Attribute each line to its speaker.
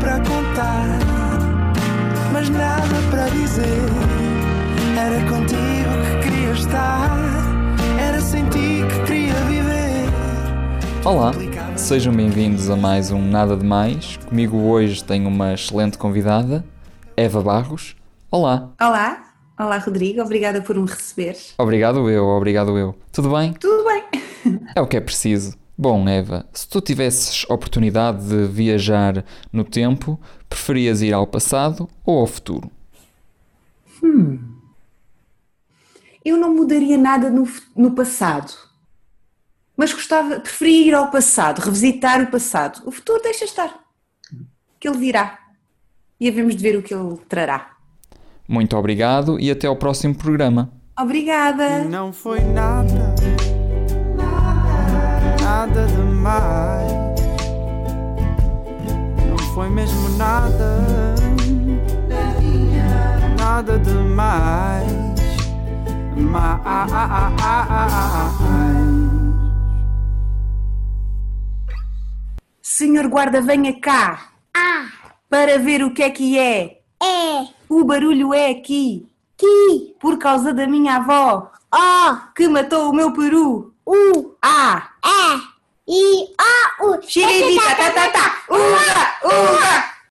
Speaker 1: para contar, mas nada para dizer. Era contigo que queria estar, era sem ti que queria viver.
Speaker 2: Olá, sejam bem-vindos a mais um Nada de Mais. Comigo hoje tenho uma excelente convidada, Eva Barros. Olá.
Speaker 3: Olá, olá Rodrigo, obrigada por me receberes.
Speaker 2: Obrigado eu, obrigado eu. Tudo bem?
Speaker 3: Tudo bem?
Speaker 2: É o que é preciso. Bom, Eva, se tu tivesses oportunidade de viajar no tempo, preferias ir ao passado ou ao futuro?
Speaker 3: Eu não mudaria nada no, fu- no passado, mas gostava, preferia ir ao passado, revisitar o passado. O futuro deixa estar, que ele virá e havemos de ver o que ele trará.
Speaker 2: Muito obrigado e até ao próximo programa.
Speaker 3: Obrigada!
Speaker 4: Não foi nada, nada demais. Não foi mesmo nada, nada demais. Mais.
Speaker 3: Senhor guarda, venha cá
Speaker 5: Ah,
Speaker 3: para ver o que é que é.
Speaker 5: é,
Speaker 3: O barulho é aqui,
Speaker 5: que,
Speaker 3: por causa da minha avó,
Speaker 5: ó,
Speaker 3: que matou o meu peru.
Speaker 5: Oh. u,
Speaker 3: Ah!
Speaker 5: é, i, ó, u.
Speaker 3: tá. Xiribita, tá, tá, tá! Uva, uva!